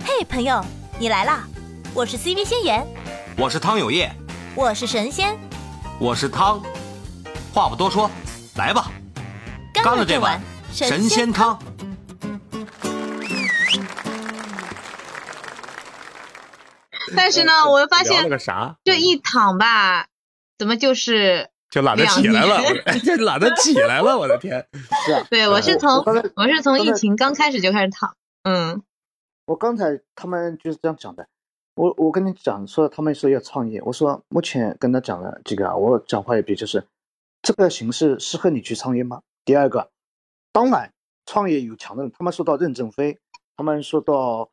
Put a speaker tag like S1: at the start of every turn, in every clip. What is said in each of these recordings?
S1: 嘿，朋友，你来啦！我是 CV 仙言，
S2: 我是汤有业，
S1: 我是神仙，
S2: 我是汤。话不多说，来吧，
S1: 干
S2: 了这
S1: 碗
S2: 神仙汤。
S3: 但是呢，我发
S4: 聊了
S3: 现
S4: 个啥？嗯
S3: 这一躺吧，怎么就是
S4: 就懒得起来了，我 嗯就懒得起来了，我的天！
S5: 是啊，
S3: 对我是从
S5: 我刚才
S3: 我是从
S5: 刚才
S3: 疫情刚开始就开始躺，嗯，
S5: 我刚才他们就是这样讲的。我我跟你讲说，他们说要创业，我说目前跟他讲了几个啊，我讲话一笔就是，这个形式适合你去创业吗？第二个，当然创业有强的人，他们说到任正非，他们说到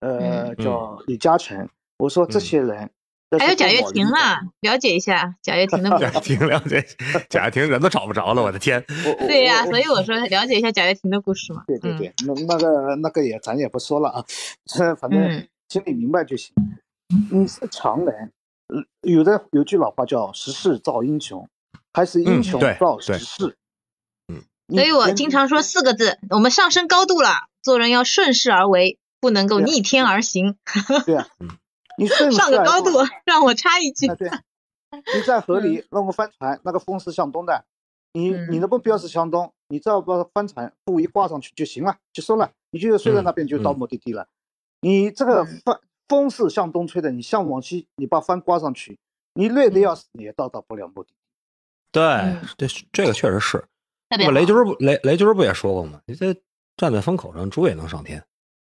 S5: 呃
S3: 嗯
S5: 叫李嘉诚，我说
S4: 嗯
S5: 这些人，要是
S3: 还有贾
S5: 跟
S3: 跃
S5: 我
S3: 亭
S5: 理解
S3: 啊，了解一下贾跃亭的
S4: 贾
S3: 母
S4: 跃亭了解，贾跃亭人都找不着了，我的天！
S5: 我我
S3: 对呀、
S5: 我
S3: 所以我说了解一下贾跃亭的故事嘛，
S5: 对对
S3: 嗯
S5: 对，那那个那个也咱也不说了啊，这反
S3: 嗯
S5: 正心里明白就行。你是常人，呃有的有句老话叫“时势造英雄”，还是英
S4: 嗯
S5: 雄
S4: 对
S5: 造时
S4: 对
S5: 势。
S4: 嗯
S5: 你
S3: 所以我
S5: 人
S3: 经常说四个字，我们上升高度了，做人要顺势而为，不能够
S5: 对啊
S3: 逆天而行。
S5: 对啊，你顺
S3: 上
S5: 势
S3: 个
S5: 而
S3: 高
S5: 为
S3: 度，让我插一句
S5: 啊，对，你在河里弄个帆船，那个风是向东的，你你的目标是向东，你只要把帆船布一挂上去就行了，就收了，你就睡在那边就到目的地了。你这个帆风是向东吹的，你向往西，你把帆挂上去，你累得要死也到达不了目的地。
S4: 对
S3: 嗯，
S4: 这这个确实是。
S3: 特
S4: 那
S3: 别
S4: 么雷
S3: 好
S4: 军儿不雷雷军儿不也说过吗？你这站在风口上，猪也能上天，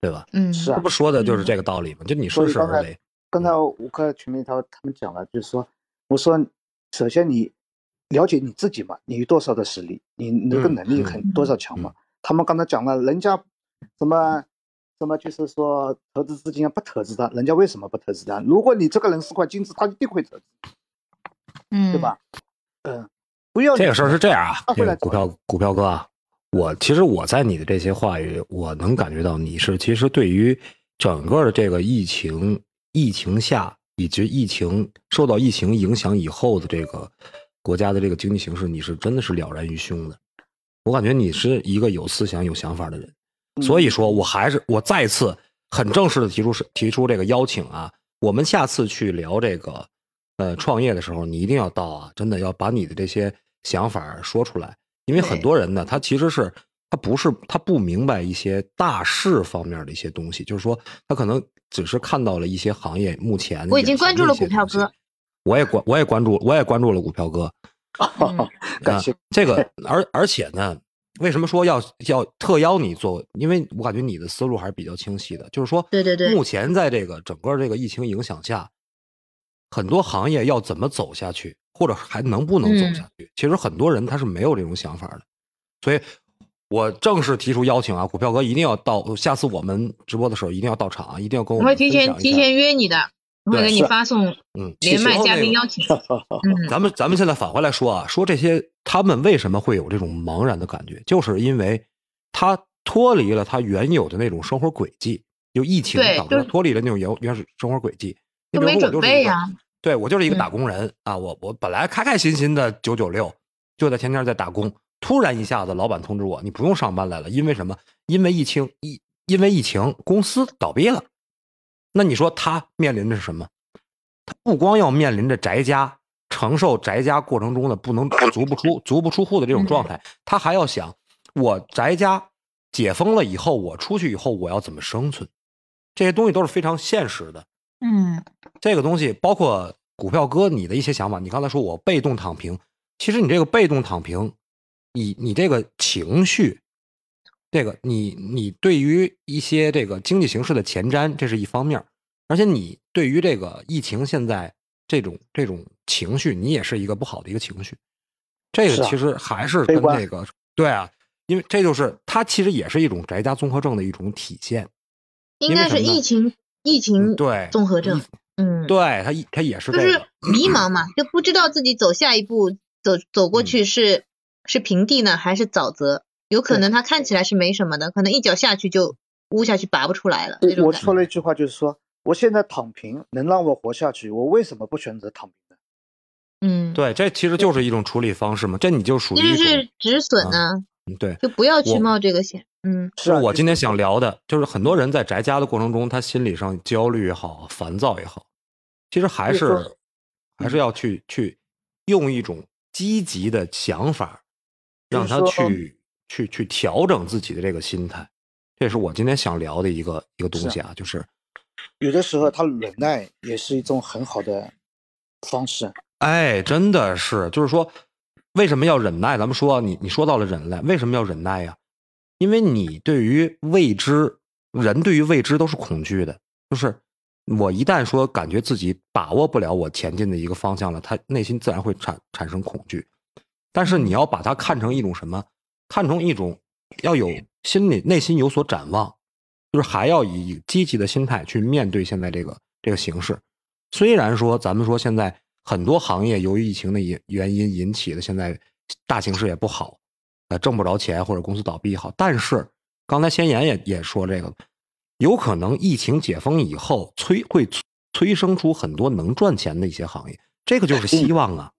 S4: 对吧？
S3: 嗯，
S5: 是啊
S4: 他不说的就是这个道理吗？就你顺势而为。
S5: 刚才
S4: 嗯
S5: 我跟群里头他们讲了，就是说，我说首先你了解你自己嘛，你有多少的实力，你那个
S4: 嗯
S5: 能力
S4: 嗯嗯
S5: 很、多少强嘛。他们刚才讲了，人家什么什么就是说投资资金啊不投资他，人家为什么不投资他？如果你这个人是块金子，他一定会投资，
S3: 嗯，
S5: 对？吧？嗯、不要
S4: 这个事儿是这样啊
S5: 啊，
S4: 这个
S5: 回来
S4: 股票股票哥啊，我其实我在你的这些话语，我能感觉到你是其实对于整个的这个疫情疫情下以及疫情受到疫情影响以后的这个国家的这个经济形势，你是真的是了然于胸的。我感觉你是一个有思想、有想法的人，
S3: 嗯
S4: 所以说我还是我再次很正式的提出是提出这个邀请啊，我们下次去聊这个呃创业的时候，你一定要到啊，真的要把你的这些想法儿说出来，因为很
S3: 对
S4: 多人呢，他其实是他不是他不明白一些大势方面的一些东西，就是说他可能只是看到了一些行业目前
S3: 我已经
S4: 眼前
S3: 关注
S4: 的
S3: 了
S4: 一些
S3: 股票
S4: 东西
S3: 哥，
S4: 我也关我也关注我也关注了股票哥，
S3: 嗯
S5: 感谢
S4: 啊、 这个，而而且呢，为什么说要要特邀你做？因为我感觉你的思路还是比较清晰的，就是说，
S3: 对对对
S4: 目前在这个整个这个疫情影响下，很多行业要怎么走下去，或者还能不能走
S3: 嗯
S4: 下去？其实很多人他是没有这种想法的，所以。我正式提出邀请啊，股票哥一定要到，下次我们直播的时候一定要到场啊，一定要跟
S3: 我
S4: 我们
S3: 会提
S4: 分
S3: 前
S4: 享一
S3: 提
S4: 下，
S3: 前约你的，我会
S4: 对
S3: 给你
S5: 是啊
S3: 发送
S4: 嗯，
S3: 连麦
S4: 然后
S3: 嘉
S4: 那
S3: 宾
S4: 个
S3: 邀请。嗯，
S4: 咱们咱们现在返回来说啊，说这些他们为什么会有这种茫然的感觉，就是因为他脱离了他原有的那种生活轨迹，就疫情
S3: 对
S4: 导致他
S3: 就是
S4: 脱离了那种原原始生活轨迹。你
S3: 就
S4: 比如
S3: 没
S4: 说我
S3: 准
S4: 就是
S3: 备
S4: 一个
S3: 呀、
S4: 对我就是一个
S3: 嗯
S4: 打工人、啊，我我本来开开心心的九九六，就在天天在打工，突然一下子老板通知我，你不用上班来了，因为什么？因为疫情疫因为疫情公司倒闭了。那你说他面临着什么？他不光要面临着宅家，承受宅家过程中的不能嗯足不出足不出户的这种状态，他还要想我宅家解封了以后，我出去以后我要怎么生存？这些东西都是非常现实的。
S3: 嗯，
S4: 这个东西包括股票哥你的一些想法。你刚才说我被动躺平，其实你这个被动躺平，你你这个情绪，这个你你对于一些这个经济形势的前瞻，这是一方面儿，而且你对于这个疫情现在这种这种情绪，你也是一个不好的一个情绪。这
S5: 是
S4: 个
S5: 啊
S4: 其实还是
S5: 悲
S4: 跟
S5: 观
S4: 那个对啊，因为这就是它其实也是一种宅家综合症的一种体现。
S3: 应该是
S4: 因为什么呢嗯
S3: 疫情疫情
S4: 对
S3: 综合症
S4: 疫。
S3: 嗯，
S4: 对，它一它也是
S3: 就
S4: 这
S3: 是
S4: 个。
S3: 迷茫嘛，就不知道自己走下一步走走
S4: 嗯
S3: 过去是、是平地呢还是沼泽，有可能他看起来是没什么的，可能一脚下去就呜下去拔不出来了那种
S5: 我
S3: 感觉。
S5: 说
S4: 嗯
S5: 了一句话，就是说，我现在躺平能让我活下去，我为什么不选择躺平呢？
S3: 嗯，，
S4: 对，这其实就是一种处理方式嘛，这你就属于
S3: 其实
S4: 一种
S3: 是止损呢、
S4: 嗯对
S3: 就不要去
S4: 我
S3: 冒这个险。嗯
S4: 是
S5: 啊
S4: 我
S5: 就
S4: 今天想聊的，就是很多人在宅家的过程中，他心理上焦虑也好，烦躁也好，其实还
S5: 没
S4: 是
S5: 错
S4: 还是要去去用一种积极的想法，
S5: 就
S4: 让
S5: 是
S4: 他
S5: 说
S4: 去去去调整自己的这个心态。这是我今天想聊的一个一个东西啊，就是
S5: 有的时候他
S4: 嗯
S5: 忍耐也是一种很好的方式。
S4: 哎，真的是，就是说，为什么要忍耐？咱们说，你你说到了忍耐，为什么要忍耐呀？因为你对于未知，人对于未知都是恐惧的。就是我一旦说感觉自己把握不了我前进的一个方向了，他内心自然会产产生恐惧。但是你要把它看成一种什么？看成一种要有心里内心有所展望，就是还要以积极的心态去面对现在这个这个形势。虽然说咱们说现在很多行业由于疫情的原原因引起的现在大形势也不好，呃，挣不着钱或者公司倒闭也好，但是刚才先言也也说这个，有可能疫情解封以后催会催催生出很多能赚钱的一些行业，这个就是希望啊，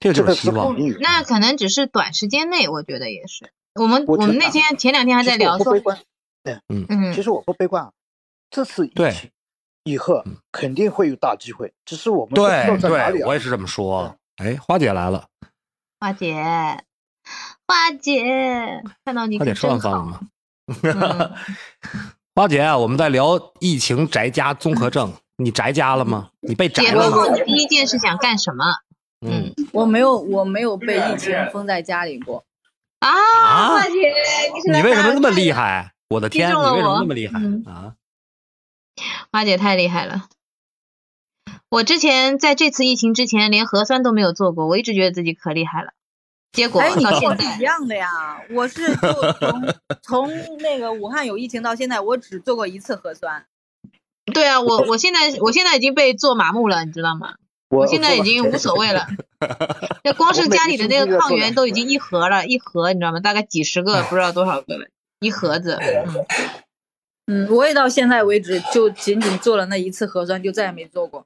S4: 这个
S5: 哎这
S4: 就
S5: 个
S4: 是
S5: 是
S4: 希
S5: 后
S4: 望。啊
S5: 面有的
S3: 那可能只是短时间内，我觉得也是。我们
S5: 我
S3: 我
S5: 觉
S3: 们
S5: 得
S3: 那
S5: 啊
S3: 天前两天还
S5: 其
S3: 在
S5: 实
S3: 聊
S5: 我不
S3: 说
S5: 悲，观，
S3: 嗯
S5: 其实我不悲观啊。这次疫
S4: 对嗯
S5: 情以后肯定会有大机会，只是我们不知道
S4: 对
S5: 在哪里
S4: 对，
S5: 啊
S4: 我。也是这么说。哎，花姐来了，
S3: 花姐，花姐，看到你
S4: 花
S3: 可
S4: 姐吃完
S3: 真
S4: 饭了
S3: 好。
S4: 吗？
S3: 嗯
S4: 花姐，我们在聊疫情宅家综合症，你宅家了吗？你被宅
S3: 姐
S4: 了
S3: 问
S4: 吗？
S3: 我你第一件事想干什么
S4: 嗯
S6: 我没有，我没有被疫情封在家里过。
S3: 啊？
S4: 啊
S3: 花姐，你是来
S4: 你为什
S3: 打
S4: 么那么
S3: 扰
S4: 厉害？我的天，
S3: 击
S4: 你
S3: 中了
S4: 为什么
S3: 我
S4: 那么厉害
S3: 嗯
S4: 啊？
S3: 花姐太厉害了。我之前在这次疫情之前，连核酸都没有做过，我一直觉得自己可厉害了。结果
S6: 哎，你
S3: 到
S6: 跟我
S3: 现
S6: 是一
S3: 在，
S6: 样的呀，我是就 从从那个武汉有疫情到现在，我只做过一次核酸。
S3: 对啊，我我现在我现在已经被做麻木了，你知道吗？
S5: 我
S3: 我现在已经无所 谓了。那光是家里的那个抗原都已经一盒了，一盒你知道吗？大概几十个，不知道多少个了，一 盒子。嗯，
S6: 嗯，我也到现在为止就仅仅做了那一次核酸，就再也没做过。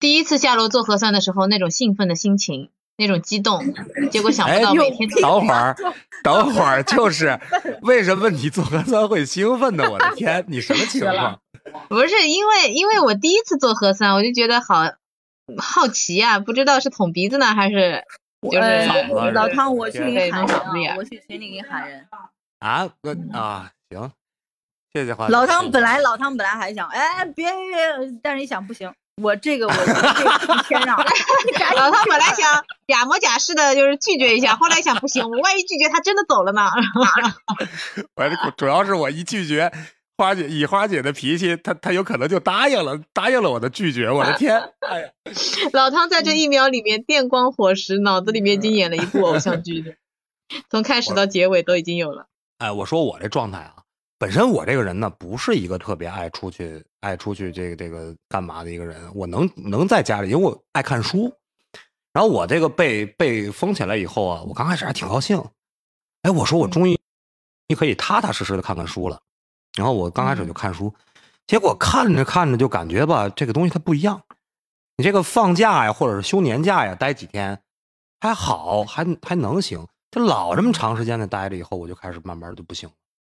S3: 第一次下楼做核酸的时候，那种兴奋的心情，那种激动，结果想
S4: 哎
S3: 不到
S4: 呦
S3: 每天都
S4: 等会儿，等会儿，就是为什么你做核酸会兴奋呢？我的天，你什么情况？
S3: 不是因为，因为我第一次做核酸，我就觉得好好奇呀、不知道是捅鼻子呢还是就是
S6: 呃
S4: 嗓子啊
S6: 老汤，我去
S4: 天
S6: 给
S3: 对
S6: 你喊
S3: 弄嗓子
S6: 人
S3: 眼
S6: 啊，我去群里给你喊人。
S4: 啊呃啊，行，谢谢花姐。
S6: 老汤本来老汤本来还想，哎，别别别，但是一想不行，我这个我这个你先让，你赶紧
S3: 老汤本来想假模假式的就是拒绝一下，后来想不行，我万一拒绝他真的走了呢？
S4: 我这主要是我一拒绝花姐，以花姐的脾气，她她有可能就答应了，答应了我的拒绝。我的天，哎呀，
S3: 老汤在这一秒里面电光火石，脑子里面已经演了一部偶像剧了，从开始到结尾都已经有了。
S4: 哎，我说我这状态啊，本身我这个人呢，不是一个特别爱出去、爱出去这个这个干嘛的一个人。我能能在家里，因为我爱看书。然后我这个被被封起来以后啊，我刚开始还挺高兴。哎，我说我终于你可以踏踏实实的看看书了。然后我刚开始就看书，结果看着看着就感觉吧，这个东西它不一样。你这个放假呀，或者是休年假呀，待几天还好，还还能行。这老这么长时间的待着以后，我就开始慢慢就不行了，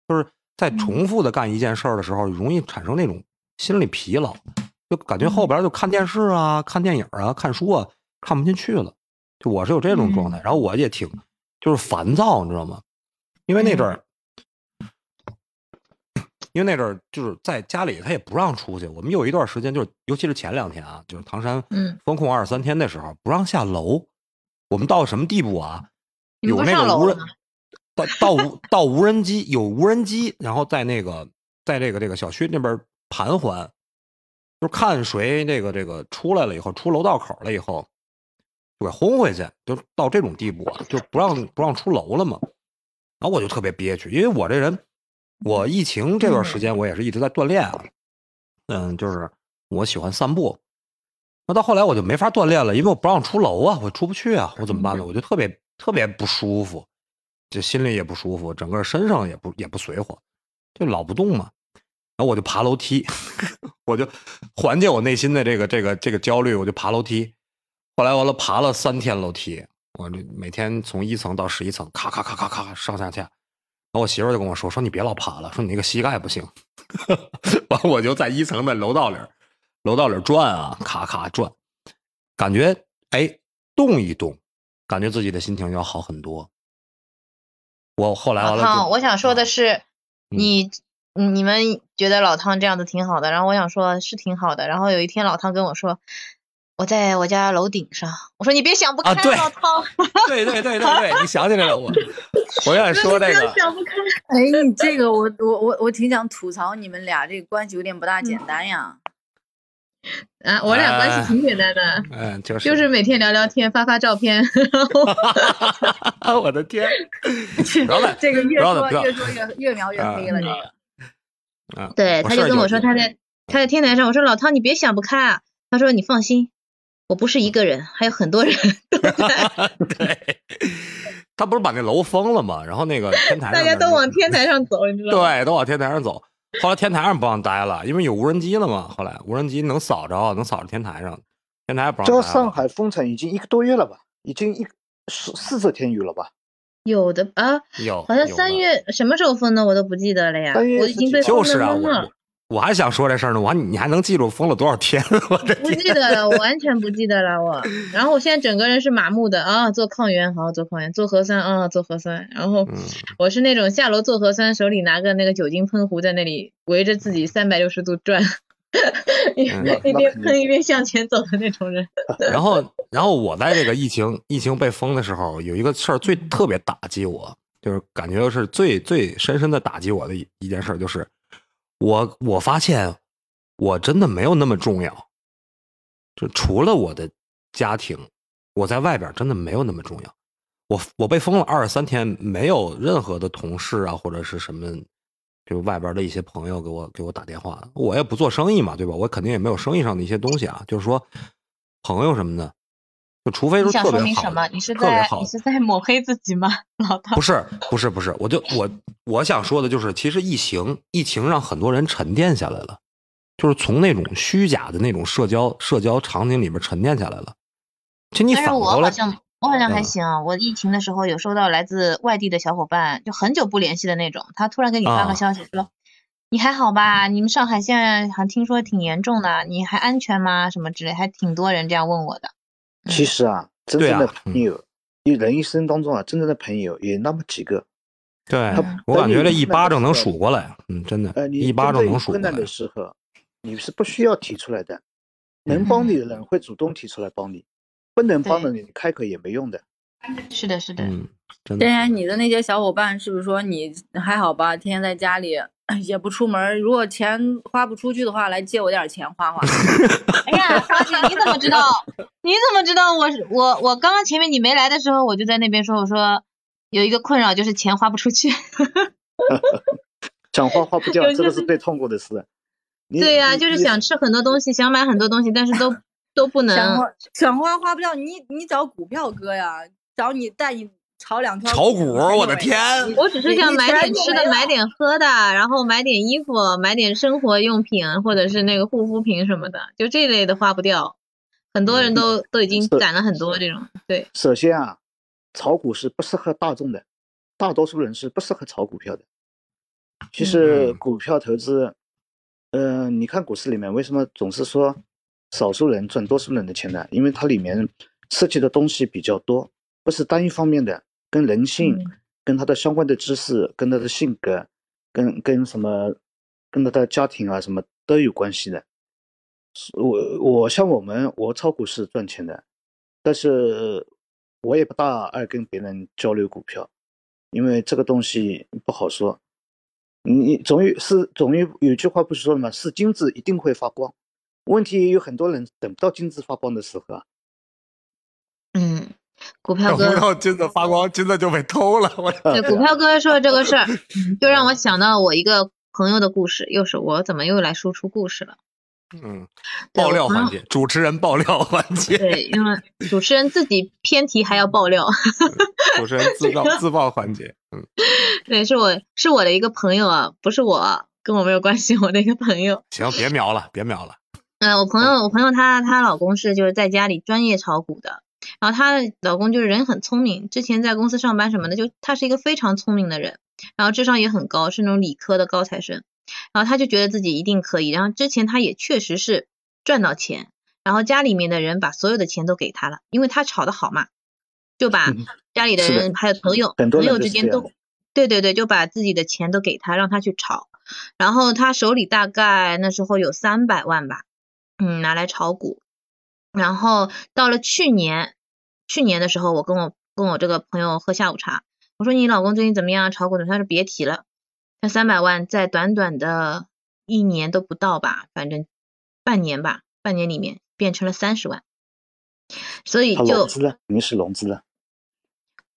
S4: 就是在重复的干一件事儿的时候，容易产生那种心理疲劳，就感觉后边就看电视啊、看电影啊、看书啊看不进去了。就我是有这种状态，然后我也挺就是烦躁，你知道吗？因为那阵儿，因为那阵儿就是在家里，他也不让出去。我们有一段时间，就是尤其是前两天啊，就是唐山
S3: 嗯
S4: 封控二十三天的时候，不让下楼。我们到什么地步啊？
S3: 你们
S4: 有
S3: 不
S4: 那
S3: 上
S4: 个
S3: 楼
S4: 无
S3: 了
S4: 人
S3: 吗
S4: 到到无到无人机，有无人机，然后在那个在这个这个小区那边盘桓，就是看谁这个这个出来了以后，出楼道口了以后，就给轰回去，就到这种地步啊，就不让不让出楼了嘛。然后我就特别憋屈，因为我这人，我疫情这段
S3: 嗯
S4: 时间我也是一直在锻炼啊，嗯，就是我喜欢散步。那到后来我就没法锻炼了，因为我不让出楼啊，我出不去啊，我怎么办呢？我就特别特别不舒服，就心里也不舒服，整个身上也不也不随和，就老不动嘛。然后我就爬楼梯， 我就缓解我内心的这个这个这个焦虑，我就爬楼梯。后来完了，爬了三天楼梯，我这每天从一层到十一层，咔咔咔咔咔上上下下，后我媳妇儿就跟我说：“说你别老爬了，说你那个膝盖不行。” 完，我就在一层的楼道里儿，楼道里儿转啊，咔咔转，感觉哎动一动，感觉自己的心情要好很多。我后来完
S3: 老
S4: 了就，
S3: 汤，我想说的是，
S4: 啊嗯
S3: 你你们觉得老汤这样子挺好的，然后我想说是挺好的。然后有一天老汤跟我说，我在我家楼顶上，我说你别想不开，
S4: 啊对
S3: 老汤，，
S4: 对对对对对，你想起来了，我我原来说这个
S3: 想不 开。
S6: 哎，你这个我我我我挺想吐槽你们俩这个关系有点不大简单呀。
S3: 啊，我俩关
S4: 哎
S3: 系挺简单的，
S4: 嗯，就是
S3: 就是每天聊聊天，发发照 片。
S4: 我的天，老板
S6: 嗯 这个越
S4: 不要的
S6: 说
S4: 不要
S6: 越说越越描越黑了，这个。
S4: 啊，
S3: 对，他
S4: 事
S3: 就
S4: 儿嗯
S3: 跟我说
S4: 有
S3: 他在他在天台上，我说老汤你别想不开啊，他说你放心，我不是一个人，还有很多人都在，
S4: 对，他不是把那楼封了吗？然后那个天台上
S3: 大家
S4: 的
S3: 都
S4: 人
S3: 往天台上走，你知道吗？
S4: 对，都往天台上走。后来天台上不让待了，因为有无人机了嘛。后来无人机能扫着，能扫着天台上，天台不让待
S5: 这
S4: 了。
S5: 上海封城已经一个多月了吧？已经一四
S3: 嗯
S5: 四十天雨了吧？
S3: 有的啊，
S4: 有，
S3: 好像
S4: 有
S3: 三
S4: 的
S3: 月什么时候封的我都不记得了呀，
S5: 三月
S3: 我已经被
S5: 19
S3: 封
S4: 就是
S3: 的
S4: 啊，
S3: 懵了
S4: 我，我还想说这事儿呢，我还你还能记住封了多少天？ 我这
S3: 不记得了，我完全不记得了我。然后我现在整个人是麻木的啊，做抗原好做抗原，做核酸啊做核酸，然后
S4: 嗯
S3: 我是那种下楼做核酸，手里拿个那个酒精喷壶在那里围着自己三百六十度转，一
S4: 嗯
S3: 一边
S5: 那
S3: 喷一边向前走的那种人。
S4: 然后，然后我在这个疫情疫情被封的时候，有一个事儿最特别打击我，就是感觉是最最深深的打击我的一一件事儿，就是我我发现我真的没有那么重要，就除了我的家庭，我在外边真的没有那么重要。我我被封了二十三天，没有任何的同事啊或者是什么，就外边的一些朋友给我给我打电话，我也不做生意嘛，对吧？我肯定也没有生意上的一些东西啊，就是说朋友什么的，就除非
S3: 你
S4: 是
S3: 想
S4: 特
S3: 说
S4: 别
S3: 明
S4: 好
S3: 什么？
S4: 的，
S3: 你是
S4: 特别
S3: 在
S4: 好
S3: 你
S4: 的，
S3: 是在抹黑自己吗？老大
S4: 不是不是不是，我就我我想说的就是，其实疫情疫情让很多人沉淀下来了，就是从那种虚假的那种社交社交场景里边沉淀下来了。其实你
S3: 但是
S4: 反
S3: 我
S4: 过来
S3: 好，像我好像还
S4: 嗯
S3: 行啊，我疫情的时候有收到来自外地的小伙伴，就很久不联系的那种，他突然给你发
S4: 啊
S3: 个消息说。你还好吧？你们上海现在还听说挺严重的，你还安全吗？什么之类，还挺多人这样问我的。嗯
S5: 其实啊，真
S4: 对
S5: 正的
S4: 啊
S5: 朋友，你人一生当中啊，真正的朋友也那么几个。
S4: 对
S5: 他
S4: 我感觉这一
S5: 他
S4: 巴掌能
S5: 是
S4: 数过来，嗯，真的
S5: 呃，，你
S4: 一巴
S5: 针
S4: 掌
S5: 对
S4: 能
S5: 有
S4: 数过
S5: 困
S4: 来
S5: 难。的
S3: 嗯
S5: 时候，你是不需要提出来的，能帮你的人会主动提出来帮你，不能帮的你开口也没用的。
S3: 是的，是的，
S4: 嗯，真的
S6: 当，然，你的那些小伙伴是不是说你还好吧？天天在家里也不出门，如果钱花不出去的话，来借我点钱花花。
S3: 哎呀，小姐，你怎么知道？你怎么知道我是我我刚刚前面你没来的时候，我就在那边说，我说有一个困扰就是钱花不出去。
S5: 讲话花不掉，
S3: 有些
S5: 这个
S3: 事
S5: 是最痛苦的事。你
S3: 对呀、
S5: 你
S3: 就是
S5: 你
S3: 想吃很多东西，想买很多东西，但是都都不
S6: 想
S3: 能。
S6: 花想花花不掉，你你找股票哥呀，找你带你炒两圈
S4: 炒股，我的，天，
S3: 我只是想买点吃
S6: 你全
S3: 的，
S6: 都没了
S3: 买点喝的，然后买点衣服，买点生活用品或者是那个护肤品什么的，就这类的花不掉。很多人都都已经
S5: 嗯是
S3: 攒了很多这种，对，
S5: 首先啊，炒股是不适合大众的，大多数人是不适合炒股票的。其实
S4: 嗯
S5: 股票投资，嗯、你看股市里面为什么总是说少数人赚多数人的钱呢？因为它里面涉及的东西比较多，不是单一方面的，跟人性、
S4: 嗯
S5: 跟他的相关的知识、跟他的性格、跟跟什么、跟他的家庭啊什么都有关系的。是我我像我们我炒股是赚钱的，但是我也不大爱跟别人交流股票，因为这个东西不好说。你总有是总有有句话不是说了吗？是金子一定会发光。问题有很多人等不到金子发光的时候啊，
S3: 嗯，股票哥，
S4: 金子发光，金子就被偷了， 我
S3: 对，股票哥说的这个事儿，就让我想到我一个朋友的故事，又是我怎么又来输出故事了？
S4: 嗯，
S3: 对
S4: 爆
S3: 我
S4: 料
S3: 朋
S4: 环
S3: 友
S4: 节，主持人爆料环节，
S3: 对，因为主持人自己偏题还要爆料。
S4: 主持人自爆自爆环节，嗯，
S3: 对，是我是我的一个朋友啊，不是我，跟我没有关系，我的一个朋友。
S4: 行，别瞄了，别瞄了，
S3: 呃
S5: 哦
S3: 嗯、我朋友，我朋友她她老公是就是在家里专业炒股的，然后她老公就是人很聪明，之前在公司上班什么的，就他是一个非常聪明的人，然后智商也很高，是那种理科的高材生。然后他就觉得自己一定可以，然后之前他也确实是赚到钱，然后家里面的人把所有的钱都给他了，因为他炒得好嘛，就把
S5: 嗯
S3: 家里的
S5: 是的
S3: 人还有朋友
S5: 很多
S3: 朋
S5: 人
S3: 友
S5: 就
S3: 之
S5: 是
S3: 间
S5: 这样
S3: 都，对对对，就把自己的钱都给他，让他去炒。然后他手里大概那时候有三百万吧，嗯，拿来炒股。然后到了去年，去年的时候，我跟我跟我这个朋友喝下午茶，我说你老公最近怎么样？啊炒股的？他说别提了，那三百万在短短的一年都不到吧，反正半年吧，半年里面变成了三十万，所以
S5: 他
S3: 就
S5: 融资了，肯定是融资了。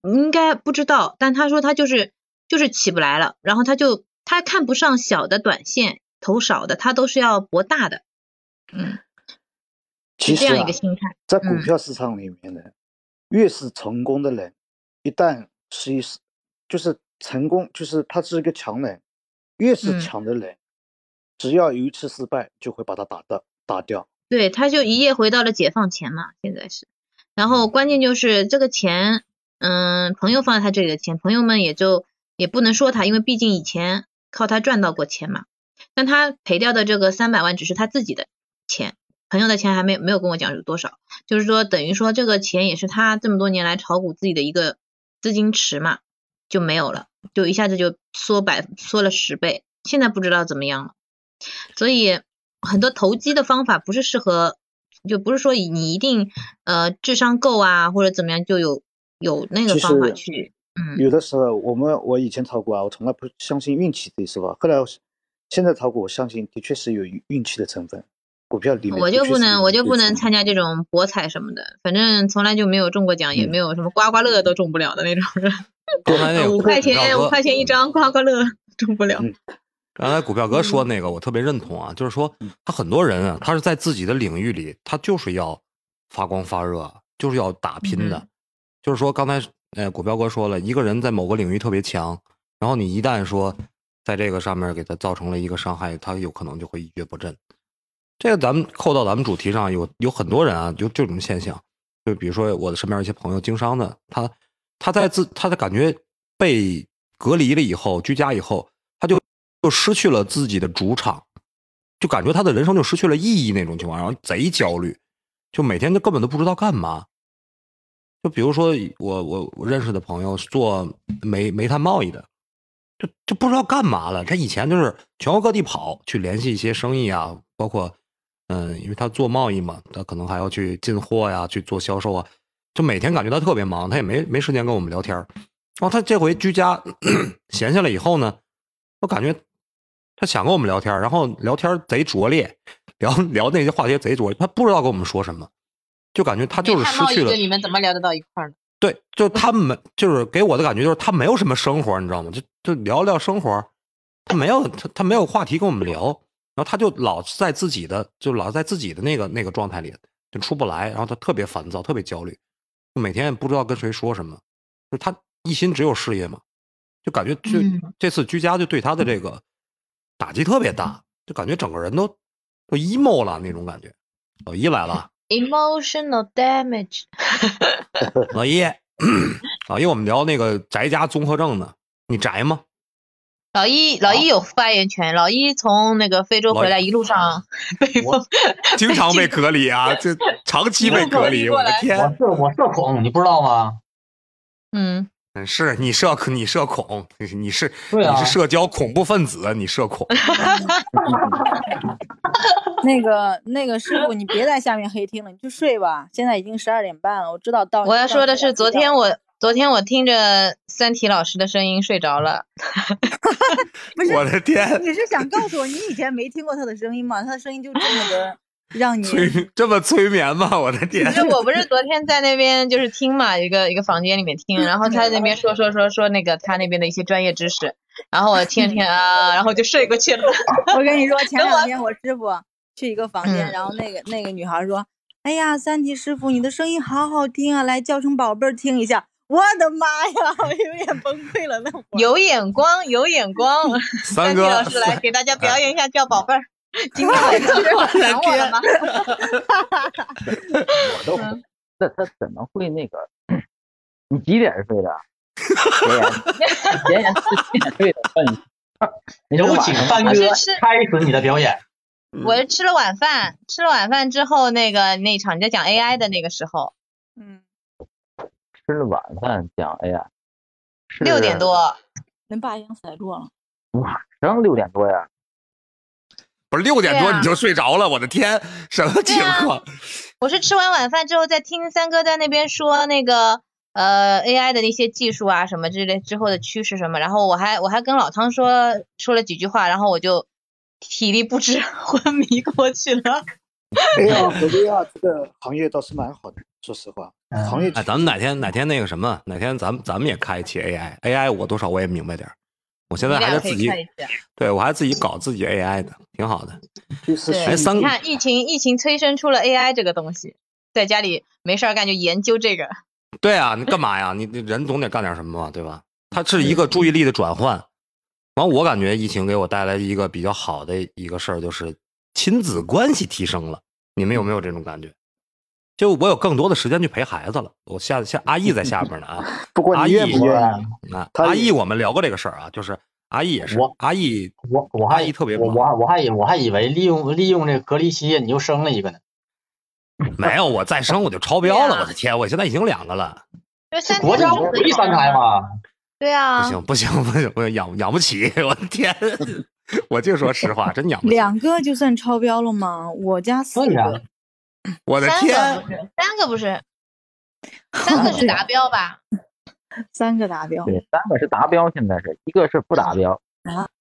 S3: 应该不知道，但他说他就是就是起不来了，然后他就他看不上小的短线投少的，他都是要博大的，嗯，
S5: 其
S3: 是这
S5: 实
S3: 样一
S5: 啊
S3: 个，心态，
S5: 在股
S3: 嗯
S5: 票市场里面呢，越是成功的人，一旦是一是就是成功，就是他是一个强人，越
S3: 嗯
S5: 是强的人，只要有一次失败，就会把他打掉打掉。
S3: 对，他就一夜回到了解放前嘛，现在是，然后关键就是这个钱，嗯，朋友放在他这里的钱，朋友们也就也不能说他，因为毕竟以前靠他赚到过钱嘛，但他赔掉的这个三百万只是他自己的钱，朋友的钱还没没有跟我讲是多少，就是说等于说这个钱也是他这么多年来炒股自己的一个资金池嘛，就没有了，就一下子就缩百缩了十倍，现在不知道怎么样了。所以很多投机的方法不是适合，就不是说以你一定呃智商够啊或者怎么样就有有那个
S5: 其
S3: 方法
S5: 实
S3: 去，嗯
S5: 有的时候，我们我以前炒股啊，我从来不相信运气这一说法。后来我是，现在炒股，我相信的确是有运运气的成分。股票里面
S3: 我
S5: 的
S3: 就
S5: 确
S3: 不
S5: 是
S3: 能
S5: 有
S3: 我
S5: 运
S3: 就
S5: 气
S3: 不
S5: 的
S3: 能
S5: 成
S3: 参
S5: 分
S3: 加这种博彩什么的，反正从来就没有中过奖，也
S5: 嗯
S3: 没有什么刮刮乐都中不了的那种 人，
S4: 刚才那个
S3: 五
S4: 股
S3: 块
S4: 票
S3: 钱
S4: 哥
S3: 五块钱一张刮刮乐 中不了，
S5: 嗯
S4: 刚才股票哥说那个，我特别认同啊，就是说他很多人啊，他是在自己的领域里，他就是要发光发热，就是要打拼的。
S3: 嗯
S4: 就是说，刚才呃，股票哥说了，一个人在某个领域特别强，然后你一旦说在这个上面给他造成了一个伤害，他有可能就会一蹶不振。这个咱们扣到咱们主题上，有有很多人啊，就这种现象，就比如说我的身边一些朋友经商的，他他在自他的感觉被隔离了以后，居家以后，他就就失去了自己的主场，就感觉他的人生就失去了意义那种情况，然后贼焦虑，就每天就根本都不知道干嘛。就比如说我我我认识的朋友是做煤煤炭贸易的，就就不知道干嘛了。他以前就是全国各地跑去联系一些生意啊，包括嗯，因为他做贸易嘛，他可能还要去进货呀，去做销售啊，就每天感觉他特别忙，他也没没时间跟我们聊天儿。然后他这回居家 咳咳闲下来以后呢，我感觉他想跟我们聊天儿，然后聊天儿贼拙劣，聊聊那些话题贼拙劣，他不知道跟我们说什么，就感觉他就是失去了。
S3: 你们怎么聊得到一块儿呢？
S4: 对，就他们就是给我的感觉就是他没有什么生活，你知道吗？就就聊聊生活，他没有他他没有话题跟我们聊，然后他就老是在自己的就老是在自己的那个那个状态里就出不来，然后他特别烦躁，特别焦虑，就每天也不知道跟谁说什么，就他一心只有事业嘛，就感觉就、
S3: 嗯
S4: 这次居家就对他的这个打击特别大，就感觉整个人都都 emo 了那种感觉。老一来了，
S3: Emotional damage，
S4: 老一， 老一，我们聊那个宅家综合症呢。你宅吗？
S3: 老一老一有发言权，老一从那个非洲
S4: 老
S3: 回
S4: 一
S3: 来一路上被
S2: 我
S3: 封，
S4: 经常被隔离啊， 这长期被隔离，
S3: 一路
S4: 我的
S3: 隔离过来
S2: 我
S4: 天！
S2: 社我社恐，你不知道吗？
S3: 嗯，
S4: 是你社你社恐，你是你是
S2: 对啊
S4: 你是社交恐怖分子，啊你社 恐。
S6: 那个那个师傅，你别在下面黑听了，你去睡吧。现在已经十二点半了，我知道到你。
S3: 我要说的是，昨天
S6: 我
S3: 我昨天我听着三体老师的声音睡着了。
S6: 不是
S4: 我的天，
S6: 你是想告诉我你以前没听过他的声音吗？他的声音就这么的让 你
S4: 催这么催眠吗？我的
S3: 不
S4: 天
S3: 是，我不是昨天在那边就是听嘛，一个一个房间里面听，然后他在那边说说说说那个他那边的一些专业知识，然后我听着听着啊，然后就睡过去了。
S6: 我跟你 说，前两天我师傅去一个房间，
S3: 嗯
S6: 然后那个那个女孩说：“哎呀，三体师傅，你的声音好好听啊，来叫声宝贝儿听一下。”我的妈呀， 我有点崩溃了。那会儿
S3: 有眼光，有眼光。
S4: 三
S3: 体
S4: 哥
S3: 老，师来给大家表演一下叫宝贝儿。今天想我了吗？
S5: 我都
S7: 那他怎么会那个？你几点睡的？啊别言， 别言是几点睡的？问你， 你是
S2: 有
S7: 晚
S2: 请
S7: 上
S2: 范
S7: 吗
S2: 哥
S3: 是是
S2: 开始你的表演。
S3: 我是吃了晚饭，吃了晚饭之后，那个那场你在讲 AI 的那个时候，
S6: 嗯，
S7: 吃了晚饭讲，哎呀，是
S3: 六点多，
S6: 恁爸已经塞住了。
S7: 晚上六点多呀，
S8: 不是六点多
S3: 对啊啊
S8: 你就睡着了，我的天，什么情况？
S3: 我是吃完晚饭之后在听三哥在那边说那个呃 AI 的那些技术啊什么之类之后的趋势什么，然后我还我还跟老汤说说了几句话，然后我就体力不支 昏迷过去了。
S5: 哎呀，可利亚这个行业倒是蛮好的，说实话，
S3: 嗯
S5: 行业
S4: 哎，咱们哪天哪天那个什么，哪天咱们咱们也开一期 AI，AI 我多少我也明白点儿我现
S3: 你
S4: 在还
S3: 俩
S4: 在自
S3: 可以
S4: 己
S3: 看一下。
S4: 对我还自己搞自己 AI 的，挺好的。
S5: 其实
S3: 对
S4: 哎，
S5: 是
S4: 三
S3: 你看疫情疫情催生出了 AI 这个东西，在家里没事儿干就研究这个。
S4: 对啊，你干嘛呀？你你人总得干点什么嘛，对吧？它是一个注意力的转换。完，我感觉疫情给我带来一个比较好的一个事儿，就是亲子关系提升了。你们有没有这种感觉？就我有更多的时间去陪孩子了。我下下阿易在下边呢啊，
S5: 不过
S4: 阿
S5: 你
S4: 易
S5: 愿不愿意？
S4: 啊，
S5: 他也
S4: 阿易我们聊过这个事儿啊，就是阿易也是
S2: 我，
S4: 阿易
S2: 我我
S4: 阿
S2: 还
S4: 姨特别
S2: 我
S4: 忙
S2: 我还我还以我还以为利用利用这个隔离期间你就生了一个呢，
S4: 没有我再生我就超标
S3: 对
S4: 了，
S3: 啊
S4: 我的天，我现在已经两个了，
S3: 就三
S2: 国家鼓励三胎嘛，
S3: 对啊，
S4: 不行不行不行，我养养不起，我的天， 我就说实话，真养不起。
S6: 两个就算超标了吗？我家四
S2: 对呀
S6: 个，
S8: 我的
S3: 三个
S4: 啊
S8: 天，
S3: 不是，三个不是，三个是达标吧？
S6: 三个达
S3: 嗯
S6: 标。
S7: 对，三个是达标，现在是一个是不达标，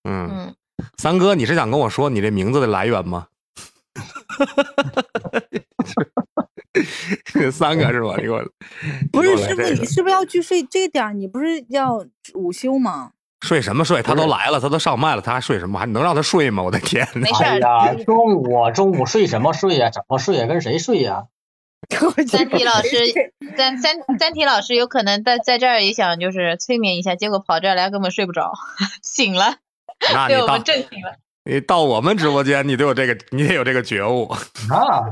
S4: 嗯，
S3: 嗯，
S4: 三哥，你是想跟我说你这名字的来源 吗？三个是吧？你给 我
S6: 不是
S4: 又来
S6: 师
S4: 这
S6: 傅，
S4: 个
S6: 你是不是要去睡这点儿？你不是要午休吗？
S4: 睡什么睡？他都来了，他都上麦了，他还睡什么？还能让他睡吗？我的天！
S3: 没事
S2: 哎
S3: 儿。
S2: 呀，中午啊中午睡什么睡呀、怎么睡呀、跟谁睡呀、
S3: 三体老师，三三三体老师有可能在在这儿也想就是催眠一下，结果跑这儿来根本睡不着， 醒了，
S4: 那 啊你
S3: 被我
S4: 到
S3: 们震醒了。
S4: 你到我们直播间，你得有这个，你得有这个觉悟。
S2: 啊？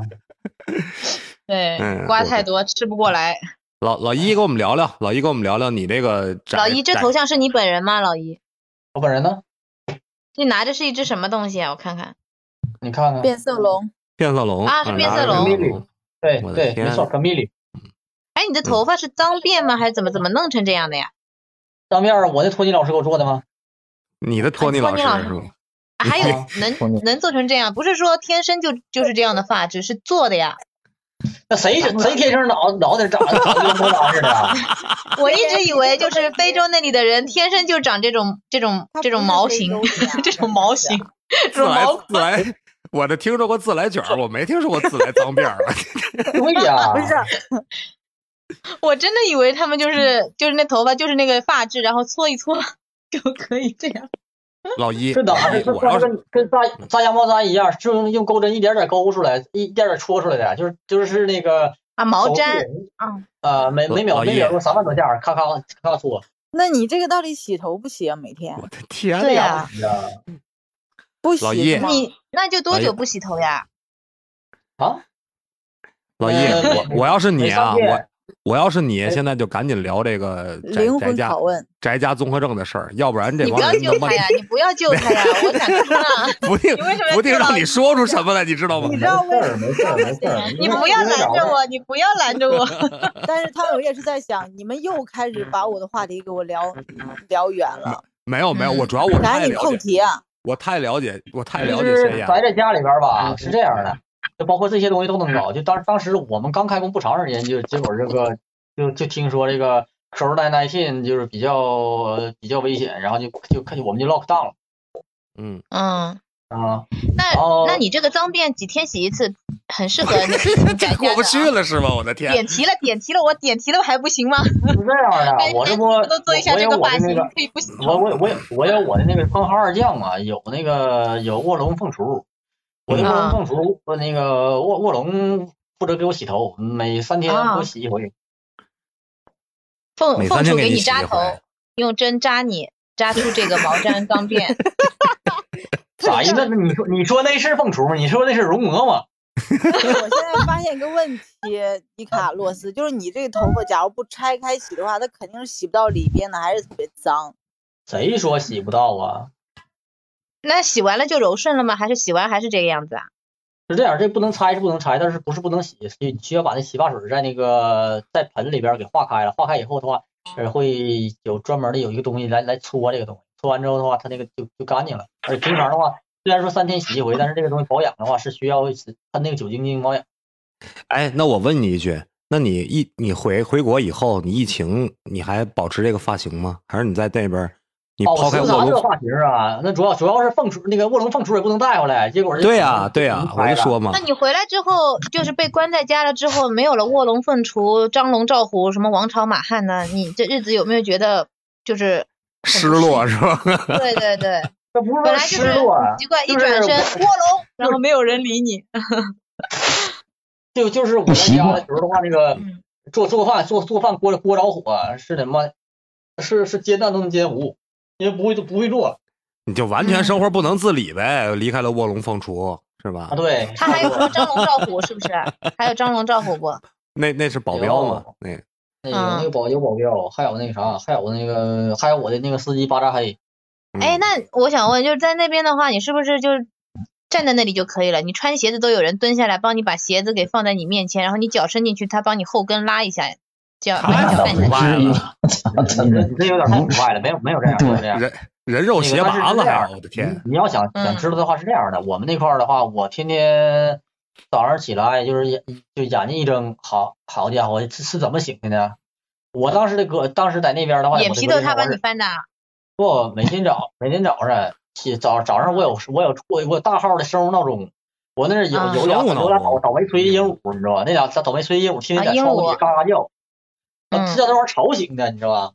S3: 对
S4: 嗯，
S3: 瓜
S4: 对
S3: 太多吃不过来。
S4: 老老一跟我们聊聊，老一跟我们聊聊你这个宅
S3: 老一，这
S4: 宅
S3: 头像是你本人吗？老一，
S2: 我本人呢？
S3: 你拿着是一只什么东西啊？我看看，
S2: 你看看，
S6: 变色龙，
S4: 变色龙
S3: 啊是变色
S4: 拿着
S2: 龙
S4: 变色
S2: 对
S4: 我的
S2: 对，
S4: 天啊
S2: 没错，Camille。
S3: 哎，
S4: 嗯
S3: 你的头发是脏辫吗？还是怎么怎么弄成这样的呀？
S2: 当面儿我那托尼老师给我做的吗？
S4: 你的托尼老师
S3: 托尼老师
S4: 是吗？
S3: 啊还
S4: 嗯
S3: 有
S2: 啊
S7: 我
S3: 能
S7: 明
S3: 能做成这样，不是说天生就就是这样的发质，是做的呀。
S2: 那谁谁天生脑脑袋长得长得跟托尼老师似 的啊？
S3: 我一直以为就是非洲那里的人天生就长这种这种这种毛型， 这种毛型，这
S4: 自
S3: 种
S4: 来
S3: 毛
S4: 自来，我这听说过自来卷儿，我没听说过自来脏辫儿。啊
S2: 对呀
S6: 不，是
S3: 我真的以为他们
S4: 嗯
S3: 就是就是那头发就是那个发质，然后搓一搓就可以这 样。
S4: 老一，
S2: 这脑
S4: 老
S2: 袋
S4: 一，
S2: 是
S4: 我
S2: 嗯
S4: 要
S2: 光
S4: 是
S2: 跟跟扎扎羊毛毡一样，是用用钩针一点点勾出来，一点点戳出来的，就是就是那个
S3: 啊毛
S2: 手臂
S3: 毡
S2: 人
S3: 啊
S2: 啊，每每秒
S4: 老
S2: 每
S4: 爷
S2: 秒钟三万多下，咔咔咔搓。
S6: 那你这个到底洗头不洗啊？每天
S4: 我的天
S3: 对
S4: 呀！
S3: 呀、
S6: 不洗
S4: 老叶
S6: 是吗
S3: 你那就多
S4: 哎呀
S3: 久不洗头呀？
S2: 啊，
S4: 老一，
S2: 呃
S4: 我我要是你啊，
S2: 没上
S4: 我
S2: 线
S4: 我要是你，
S2: 哎
S4: 现在就赶紧聊这个宅
S6: 灵
S4: 宅
S6: 魂
S4: 家
S6: 拷问，
S4: 宅家综合症的事儿，要不然这
S3: 你不
S4: 帮
S3: 要
S4: 人他
S3: 救
S4: 妈
S3: 他呀！你不要救他呀！我想听 啊！
S4: 不定
S3: 你为什么要
S4: 不定
S3: 救
S4: 让
S3: 老
S4: 你
S3: 一
S4: 说出什么来，你知道吗
S6: 你？
S2: 没
S6: 知
S2: 事
S6: 道为
S2: 儿，没事儿，没事儿，
S3: 你不要拦着我，你不要拦着 我。
S6: 但是汤友也是在想，你们又开
S4: 嗯
S6: 始把我的话题给我聊聊远了，
S4: 没有没有，
S3: 嗯
S4: 我主要我
S6: 赶
S4: 太
S6: 紧
S4: 了
S6: 扣
S4: 解，
S6: 题啊！
S4: 我太了解，我太
S2: 就
S4: 了解谢
S2: 是
S4: 燕。
S2: 宅在家里边儿吧，是这样的，就包括这些东西都能搞。就当当时我们刚开工不长时间，就结果这个就就听说这个 COVID nineteen 就是比较呃比较危险，然后就就看见我们就 lock down 了
S4: 嗯，
S3: 嗯，
S2: 啊。
S3: 那
S2: 哦
S3: 那你这个脏辫几天洗一次，很适合那个宅
S4: 这
S3: 家的啊
S4: 过不去了是吗？我的天！
S3: 点题了，点题了，我点题了还不行吗？
S2: 是这样
S3: 哎
S2: 的，我这不
S3: 哎
S2: 我
S3: 你都做一下
S2: 我
S3: 这
S2: 有
S3: 个
S2: 我
S3: 发
S2: 的
S3: 型，
S2: 那
S3: 你
S2: 个
S3: 可以不洗
S2: 我我我有我有我的那个封号二将嘛，有那个有卧龙凤雏，我的卧
S3: 嗯
S2: 龙凤雏，我那个卧卧龙负责给我洗头，每三天
S3: 啊
S2: 给我洗一回。
S3: 凤
S4: 每
S3: 凤
S4: 三
S3: 雏
S4: 天给
S3: 你
S4: 你洗
S3: 扎
S4: 一
S3: 头
S4: 回，
S3: 用针扎你，扎出这个毛毡脏辫。
S2: 咋意思？那你说你说那是凤雏吗？你说那是容嬷嬷？
S6: 我现在发现一个问题，迪卡洛斯，就是你这个头发，假如不拆开洗的话，它肯定是洗不到里边的，还是特别脏。
S2: 谁说洗不到啊？
S3: 那洗完了就柔顺了吗？还是洗完还是这个样子啊？
S2: 是这样，这不能拆是不能拆，但是不是不能洗，需需要把那洗发水在那个在盆里边给化开了，化开以后的话，呃，会有专门的有一个东西来来搓这个东西，搓完之后的话，它那个就就干净了。而且平常的话，虽然说三天洗一回，但是这个东西保养的话是需要喷那个酒精进行保养。
S4: 哎，那我问你一句，那你疫你回回国以后，你疫情你还保持这个发型吗？还是你在那边儿你
S2: 哦，
S4: 抛开
S2: 我
S4: 卧
S2: 啥这
S4: 龙？
S2: 发型啊？那主要主要是凤雏那个卧龙凤雏也不能带回来，结果
S4: 对呀、对呀、我就
S2: 就
S4: 说嘛
S3: 那，你回来之后，就是被关在家了之后，没有了卧龙凤雏、张龙赵虎、什么王朝马汉呢？你这日子有没有觉得 就是？
S8: 失 落是吧？
S3: 对对 对，
S2: 那不是
S3: 本
S2: 说
S3: 来就是
S2: 失落啊，
S3: 奇怪，一
S2: 就是
S3: 转身卧
S2: 我
S3: 龙，然后没有人理你。
S2: 就就是我在
S7: 习
S2: 家
S7: 惯
S2: 的时候的话，那个
S3: 嗯
S2: 做做饭做做饭锅锅着火是他妈是是煎蛋都能煎糊，因为不会不会做
S4: 你就完全生活不能自理呗，离开了卧龙凤雏是吧
S2: 啊。？对，
S3: 他还有什么张龙赵虎是不是？啊还有张龙赵 虎不？
S4: 那那是保镖嘛？那
S2: 那有
S3: 啊
S2: 那个保有保镖，还有那个啥，还有那个还有我的那个司机巴扎 黑，
S3: 哎，
S4: 嗯
S3: 那我想问，就是在那边的话，你是不是就是站在那里就可以了？你穿鞋子都有人蹲下来帮你把鞋子给放在你面前，然后你脚伸进去，他帮你后跟拉一下，这样把
S4: 太
S3: 你脚
S4: 倒
S3: 绊下去。
S4: 歪了，
S2: 你这你这有点太快了，没有没有这样没有这样。
S8: 人人肉鞋拔子还是我的
S2: 你
S8: 天，
S2: 你要想
S3: 嗯
S2: 想知道的话是这样的，我们那块儿的话，我天天早上起来就是眼就眼睛一睁，好好家伙，是是怎么醒的呢？我当时的哥，当时在那边的话，
S3: 眼
S2: 我的
S3: 皮
S2: 隔
S3: 都
S2: 壁
S3: 是他
S2: 同
S3: 帮你
S2: 事
S3: 翻的啊。
S2: 不，每天早每天早上起早早上我有我有我有我有大号的生物闹钟，我那儿有
S3: 啊
S2: 有俩
S4: 生物闹
S2: 有俩倒
S4: 钟
S2: 倒霉催鹦鹉，你知道吧？那俩倒霉催鹦鹉天
S3: 啊
S2: 天在
S3: 鹦
S2: 窗户
S3: 鹉
S2: 里嘎嘎叫，
S3: 嗯
S2: 啊这叫那玩意儿吵醒的，你知道吧？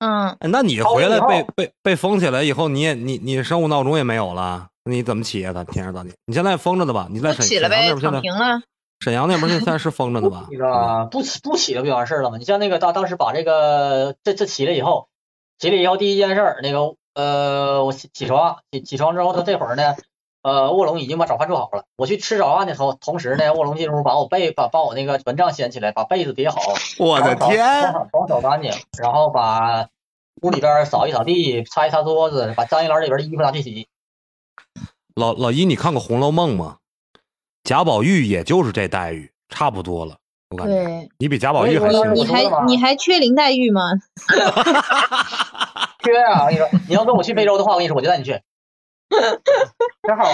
S3: 嗯，
S4: 哎那你
S2: 逃
S4: 回
S2: 离
S4: 来
S2: 以
S4: 被
S2: 后
S4: 被被封起来以后，你也你你生物闹钟也没有了，你怎么起啊？他天上到底，你现在封着的吧？你在
S3: 不
S4: 沈
S3: 起
S4: 沈
S3: 了
S4: 阳那
S3: 呗，
S4: 边现
S3: 躺
S4: 啊在
S3: 平了。
S4: 沈阳那边现在是封着的 吧？
S2: 那个不起不起来不就完事儿了吗？你像那个当当时把这个这这起来以后，起来以后第一件事儿，那个呃我起起床起起床之后，他这会儿呢，呃卧龙已经把早饭做好了，我去吃早饭的同同时呢，卧龙进屋把我被把把我那个蚊帐掀起来，把被子叠好，
S8: 我 的天，
S2: 扫扫扫干净，然后把屋里边扫一扫地，擦一擦桌子，把脏衣篮里边的衣服拿去洗。
S4: 老老一，你看过《红楼梦》吗？贾宝玉也就是这待遇，差不多了。我感觉
S3: 对，
S4: 你比贾宝玉
S2: 所
S4: 还
S2: 以说
S4: 幸
S2: 我
S3: 你
S4: 运。
S2: 说的吧
S3: 还你还缺林黛 玉吗？
S2: 缺啊！我跟你说，你要跟我去非洲的话，我跟你说，我就带你去。正好，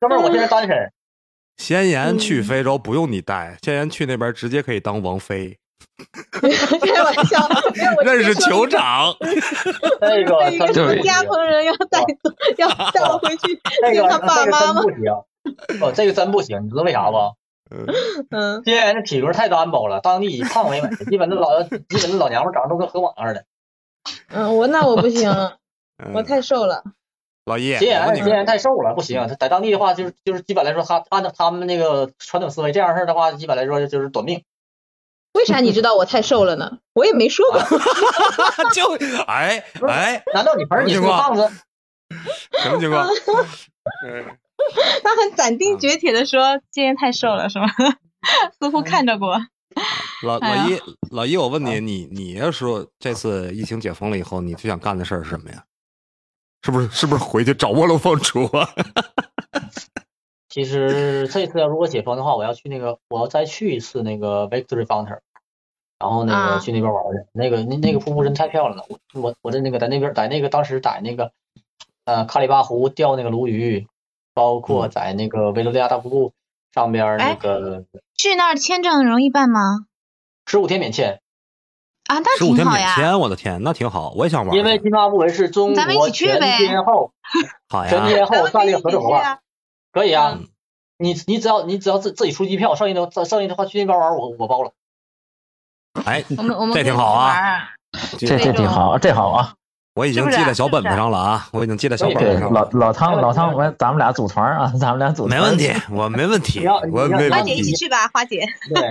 S2: 哥们儿，我现在单身，
S4: 仙言去非洲不用你带，仙言去那边直接可以当王妃，
S3: 开玩笑，没有我
S8: 认识
S3: 接受
S8: 酋长，
S2: 那个
S3: 一个
S2: 真
S3: 什
S2: 不
S3: 么
S2: 行，
S3: 家鹏人要带走，要带我回 去
S2: 那
S3: 见
S2: 个
S3: 他爸
S2: 那个
S3: 妈
S2: 真
S3: 吗？
S2: 不行，哦，这个真不行，你知道为啥不？
S3: 嗯，
S2: 仙人的体格太单薄了，当地以胖为美，基本的老基本的老娘们长得都跟河马似的。
S3: 嗯，我那我不行，
S4: 嗯
S3: 我太瘦了。
S8: 老叶，
S2: 仙
S8: 我
S2: 人
S8: 问你
S2: 仙人太瘦了，不行，在当地的话，就是就是基本来说，他按照他们那个传统思维，这样事儿的话，基本来说就是短命。
S3: 为啥你知道我太瘦了呢？我也没说
S4: 啊
S3: 过。
S8: 个， 就哎哎，
S2: 难道你不是你是个胖子？
S8: 什么情况？
S2: 嗯
S3: 他很斩
S4: 啊
S3: 钉截铁的说，今天太瘦了，是吗？
S4: 嗯
S3: 似乎看着过。
S4: 老
S3: 哎
S4: 老
S3: 呀
S4: 一老一，我问
S2: 嗯
S4: 你，你你要说这次疫情解封了以后，你最想干的事儿是什么呀？是不是是不是回去找卧龙凤雏啊？
S3: 哎
S2: 其实这次要如果解封的话，我要去那个，我要再去一次那个 Victory Fountain，然后那
S3: 啊
S2: 个去那边玩去。那个那那个瀑布真太漂亮了，我我我在那个在那边在那个当时在那个呃卡里巴湖钓那个鲈鱼，包
S4: 嗯
S2: 括在那个维多利亚大瀑布上边那
S3: 哎
S2: 个
S3: 去那儿签证容易办吗？
S2: 十五天免签，
S3: 啊，那
S4: 十五
S3: 挺
S4: 天
S3: 好
S4: 免
S3: 呀。
S4: 签，我的天，那挺好，我也想玩去。
S2: 因为津巴布韦是中
S3: 咱们一
S2: 国
S3: 起去
S2: 全
S3: 呗
S2: 天候
S4: 好
S2: 全
S4: 哎呀，
S2: 天候战略合作伙
S3: 咱
S2: 伴，可以啊
S4: 嗯。
S2: 你你只要你只要自自己出机票，剩下的剩下的话去那边玩，我我包了。
S4: 哎，
S3: 我们我
S4: 这
S3: 们可以
S4: 挺好啊
S3: 玩儿。
S7: 这这挺好，这好啊。
S4: 我已经
S3: 是不
S4: 记
S3: 是啊
S4: 在小本
S3: 是不
S4: 本
S3: 是
S4: 上了啊，我已经记在小
S3: 嗯
S4: 本
S7: 对
S4: 本上
S7: 老
S4: 了，
S7: 老汤老汤，完咱们俩组团啊，咱们俩组团
S4: 没问题，我没问题，
S2: 你要
S4: 我
S2: 你
S4: 没
S2: 要
S3: 花
S4: 问
S2: 那
S3: 姐一起
S4: 题。
S3: 去吧，花姐。
S2: 对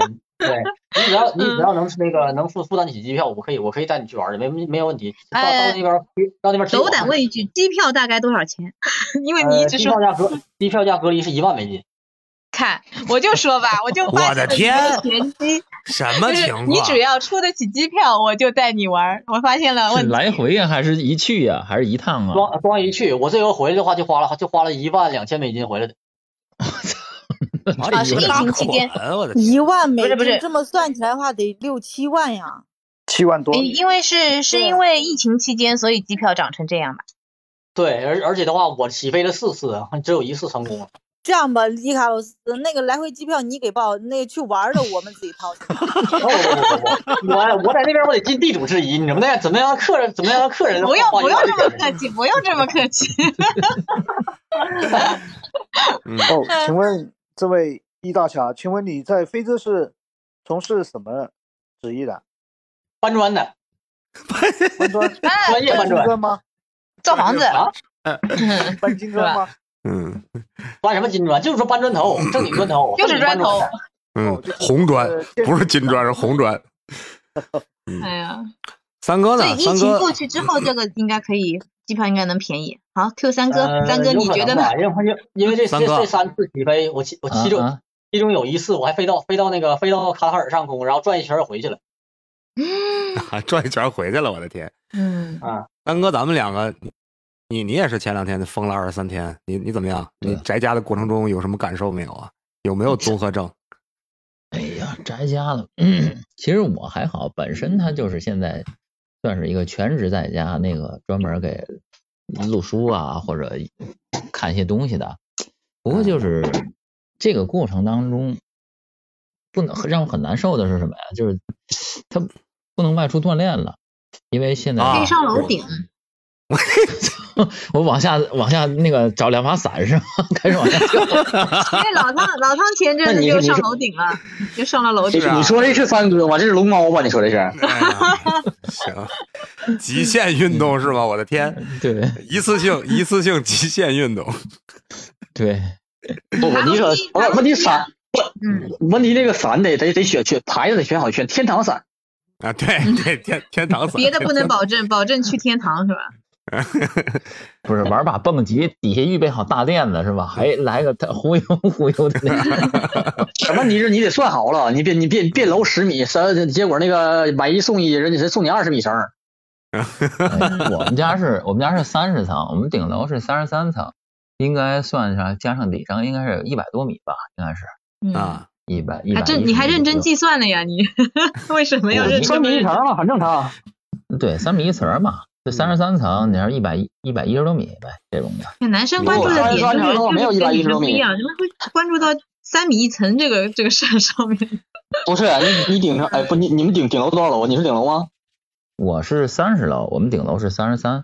S2: 对，你只要你
S3: 嗯
S2: 只要能那个能负负担起机票，我可以我可以带你去玩的，没没没有问题。到到
S3: 哎
S2: 那边儿到那边儿接我
S3: 斗
S9: 啊
S3: 胆问一句，机票大概多少钱？因为你一
S2: 呃，
S3: 直
S2: 机
S3: 说
S2: 票价格机票价隔离是一万美金，
S3: 看，我就说吧，我就发
S4: 我的
S3: 现了你们
S4: 天
S3: 玄机，
S4: 什么
S3: 就是
S4: 情
S3: 你
S4: 况
S3: 只？要出得起机票，我就带你玩儿。我发现了
S10: 是
S3: 问题，
S10: 来回呀、还是一去呀、还是一 趟啊？
S9: 光光一去，我这回回来的话就花了就花了一万两千美金回来的。
S4: 哎
S3: 啊是
S4: 呦
S3: 疫情期间
S4: 大款我的天
S6: 一万美
S3: 不是不是
S6: 金，这么算起来的话得六七万呀。
S5: 七万多
S3: 诶，因为是是
S6: 对
S3: 因为疫情期间，所以机票涨成这样吧？
S9: 对，而而且的话，我起飞了四次，只有一次成功了。
S6: 这样吧，伊卡洛斯，那个来回机票你给报，那个去玩儿的我们自己 掏钱。
S9: 不不不不哦不，我我在那边我得尽地主之谊，你怎么那样？怎么样让客人？怎么样让客人？
S3: 不用不用这么客气，不用这么客气。？
S4: 嗯
S5: 哦，请问这位易大侠，请问你在非洲是从事什么职业的？
S9: 搬砖的，
S5: 搬砖
S3: 那
S9: 专业搬
S5: 搬金
S9: 砖，
S5: 砖吗？
S3: 造房
S4: 哎
S3: 子，
S9: 啊，
S5: 搬金砖吗？
S4: 嗯
S9: 搬什么金砖？就是说搬砖头，正经砖头，
S3: 就是砖头。
S4: 嗯
S5: 哦就，是
S4: 红砖
S5: 呃建
S4: 不是金砖，是红 砖。嗯
S3: 哎呀，
S4: 三哥
S3: 所
S4: 呢
S3: 以？疫
S4: 三
S3: 情
S4: 哥
S3: 过去之后，这个应该可以，机票应该能便宜。好，Q 三哥，
S9: 呃
S3: 三哥
S9: 有
S3: 你
S9: 可
S3: 觉得
S9: 能
S3: 呢？
S9: 吧因为因为因为这这
S4: 三哥
S9: 这三次起飞，我其我
S10: 啊
S9: 其
S2: 嗯
S9: 中
S10: 啊
S9: 其中有一次我还飞到飞到那个飞到卡塔尔上空，然后转一圈儿回去了。
S4: 啊转一圈回去了，我的天！
S3: 嗯，
S4: 三哥，咱们两个，你你也是前两天封了二十三天，你你怎么样？
S10: 对
S4: 你宅家的过程中有什么感受没有啊？有没有综合症？
S10: 哎呀，宅家了。嗯其实我还好，本身他就是现在算是一个全职在家，那个专门给录书啊或者看一些东西的。不过就是这个过程当中，不能让我很难受的是什么呀？就是他不能外出锻炼了，因为现在
S4: 啊
S3: 可以上楼顶。
S10: 我往下往下那个找两把伞是吧？ 开始 往下跳。
S3: 因为哎老汤老汤前阵
S2: 那
S3: 子
S2: 你
S3: 就是上
S2: 你是
S3: 楼顶了，就上了楼顶
S4: 是。啊
S2: 你说这是嗯三哥吗？这是龙猫吧？你说这是？
S4: 哎呀行，极限运动是吗？我的天，
S10: 对
S4: 一次性一次性极限运动，
S10: 对，
S2: 不不，你说不是问题伞，
S3: 嗯，
S2: 问题这个伞得得得选选牌子得选好选天堂伞。
S4: 啊，对对，天天堂伞，
S3: 别的不能保证，保证去天堂是吧？
S10: 不是玩把蹦极，底下预备好大垫子是吧？还来个他忽悠忽悠的那个。
S2: 问题是你得算好了，你别你别别楼十米，三结果那个买一送一，人家是送你二十米绳。
S10: 哎我们家是我们家是三十层，我们顶楼是三十三层，应该算上加上底上应该是一百多米吧，应该是
S3: 嗯，
S4: 啊，
S10: 一百一百。
S3: 还真你还认真？计算了呀？你 为什么要认
S2: 三
S3: 真？
S2: 米一层嘛，很正常。
S10: 对，三米一层嘛，这三十三层，你要一百一百一十多米呗，这种的。
S3: 男生关注的点就是就是跟女生不一样，你们会关注到三米一层这个这个事儿上面。
S2: 不是你你顶上哎不你你们顶顶楼多少楼？你是顶楼吗？
S10: 我是三十楼，我们顶楼是三十三。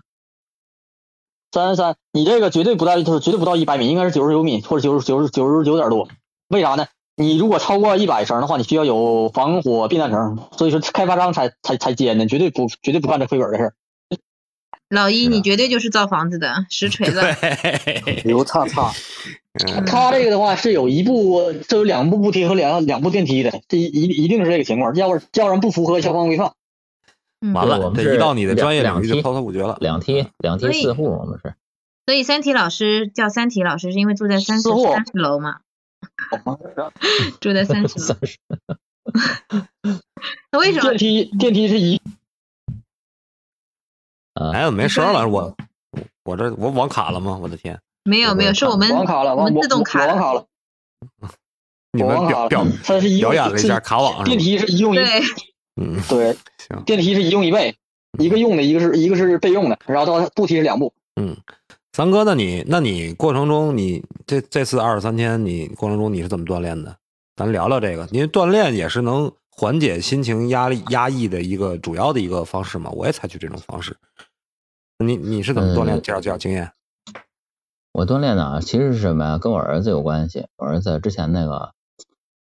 S2: 三三，你这个绝对不到，就是绝对不到一百米，应该是九十九米或者九十九十九十九点多。为啥呢？你如果超过一百绳的话，你需要有防火避难绳，所以说开发商才才才接呢，绝对不绝对不干这亏本的事儿。
S3: 老一，你绝对就是造房子的实锤子。
S4: 啊对，
S5: 刘叉叉，
S4: 嗯
S2: 他这个的话是有一部，这有两部步梯和两两部电梯的，这一一定是这个情况，要不然要不然不符合消防规范。
S4: 完
S10: 嗯对我
S4: 了，
S10: 们
S4: 这
S10: 是
S4: 一到你的
S10: 两
S4: 专业领
S10: 两
S4: 域就
S10: 梯
S4: 滔滔不绝了。
S10: 两梯两梯
S3: 所以
S10: 四户，我们是。
S3: 所以三体老师叫三体老师，是因为住在三十
S2: 师傅
S3: 三十楼嘛？
S2: 哦
S3: 住在三十楼
S10: 三，十
S3: 那为什么
S2: 电梯电梯是一，
S4: 哎，我没声了，我我这我网卡了吗？我的天，
S3: 没有没有？是我们
S2: 网卡了，
S3: 我
S2: 网
S3: 们
S2: 我
S3: 自动
S2: 我
S3: 卡
S2: 网卡了，
S4: 你
S2: 我
S4: 们
S2: 网卡
S4: 表
S2: 了
S4: 表。
S2: 它是一
S4: 表演了一下卡网是
S2: 电
S4: 吧？
S2: 梯是一用一，
S3: 对，
S4: 嗯，
S2: 对，
S4: 行，
S2: 电梯是一用一备，一个用的，一个是一个是备用的，然后到步梯是两步。
S4: 嗯三哥，那你那你过程中你这这次二十三天，你过程中你是怎么锻炼的？咱聊聊这个，因为锻炼也是能缓解心情压力压抑的一个主要的一个方式嘛。我也采取这种方式。你你是怎么锻炼？
S10: 嗯
S4: 介绍介绍经验。
S10: 我锻炼的啊，其实是什么呀？跟我儿子有关系。我儿子之前那个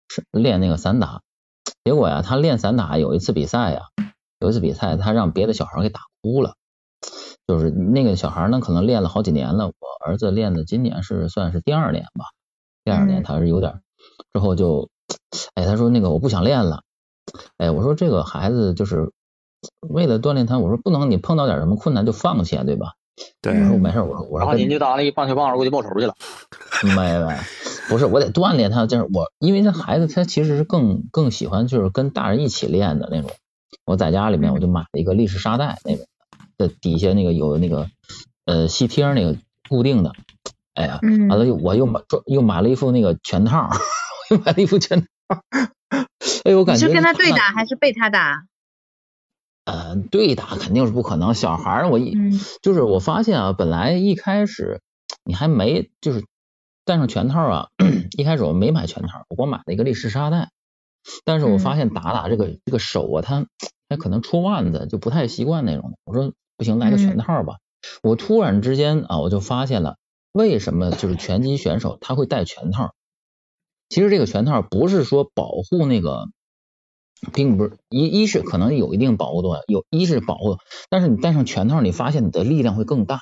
S10: 是练那个散打，结果呀，他练散打有一次比赛呀，有一次比赛他让别的小孩给打哭了，就是那个小孩呢，可能练了好几年了。我儿子练的今年是算是第二年吧，第二年
S3: 嗯
S10: 他是有点儿，之后就，哎，他说那个我不想练了。哎，我说这个孩子就是为了锻炼他，我说不能你碰到点什么困难就放弃啊，对吧？
S4: 对
S10: 嗯我说没事儿，我说我
S2: 然后
S10: 说跟
S2: 您就搭那个棒球棒，我就报仇去了。
S10: 没没，不是，我得锻炼他，就是我，因为这孩子他其实是更更喜欢就是跟大人一起练的那种。我在家里面我就买了一个立式沙袋那种，的底下那个有那个呃吸贴儿那个固定的。哎呀，
S3: 嗯
S10: 完了又我又买专又买了一副那个拳套，我 又买了一副拳套。 哎呦，我感
S3: 你
S10: 觉
S3: 是跟他对
S10: 看
S3: 打还是被他打？
S10: 呃，对打肯定是不可能。小孩儿，我一、
S3: 嗯
S10: 就是我发现啊，本来一开始你还没就是戴上拳套啊，一开始我没买拳套，我光买了一个立式沙袋。但是我发现打打这个、这个手啊，他他可能出腕子就不太习惯那种的。我说不行，来个拳
S3: 嗯
S10: 套吧。我突然之间啊，我就发现了为什么就是拳击选手他会戴拳套。其实这个拳套不是说保护那个，并不是一一是可能有一定保护作用，有一是保护，但是你戴上拳套，你发现你的力量会更大，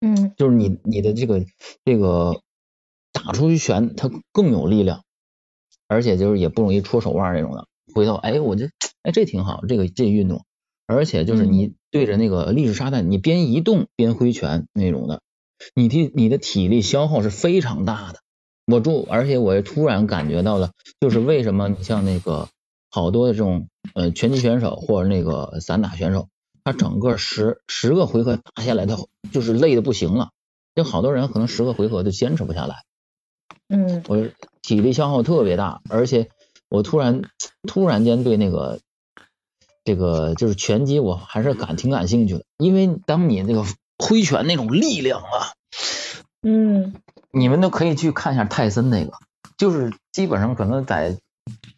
S3: 嗯
S10: 就是你你的这个这个打出去拳它更有力量，而且就是也不容易戳手腕那种的。回头哎，我就哎这挺好，这个这运动，而且就是你对着那个立式沙袋，你边移动边挥拳那种的，你的你的体力消耗是非常大的。我注，而且我也突然感觉到了，就是为什么你像那个好多的这种呃拳击选手或者那个散打选手，他整
S3: 嗯
S10: 个十十个回合打下来，他就是累的不行了。有好多人可能十个回合就坚持不下来，
S3: 嗯
S10: 我体力消耗特别大，而且我突然突然间对那个这个就是拳击，我还是感挺感兴趣的，因为当你那个挥拳那种力量啊，
S3: 嗯
S10: 你们都可以去看一下泰森那个，就是基本上可能在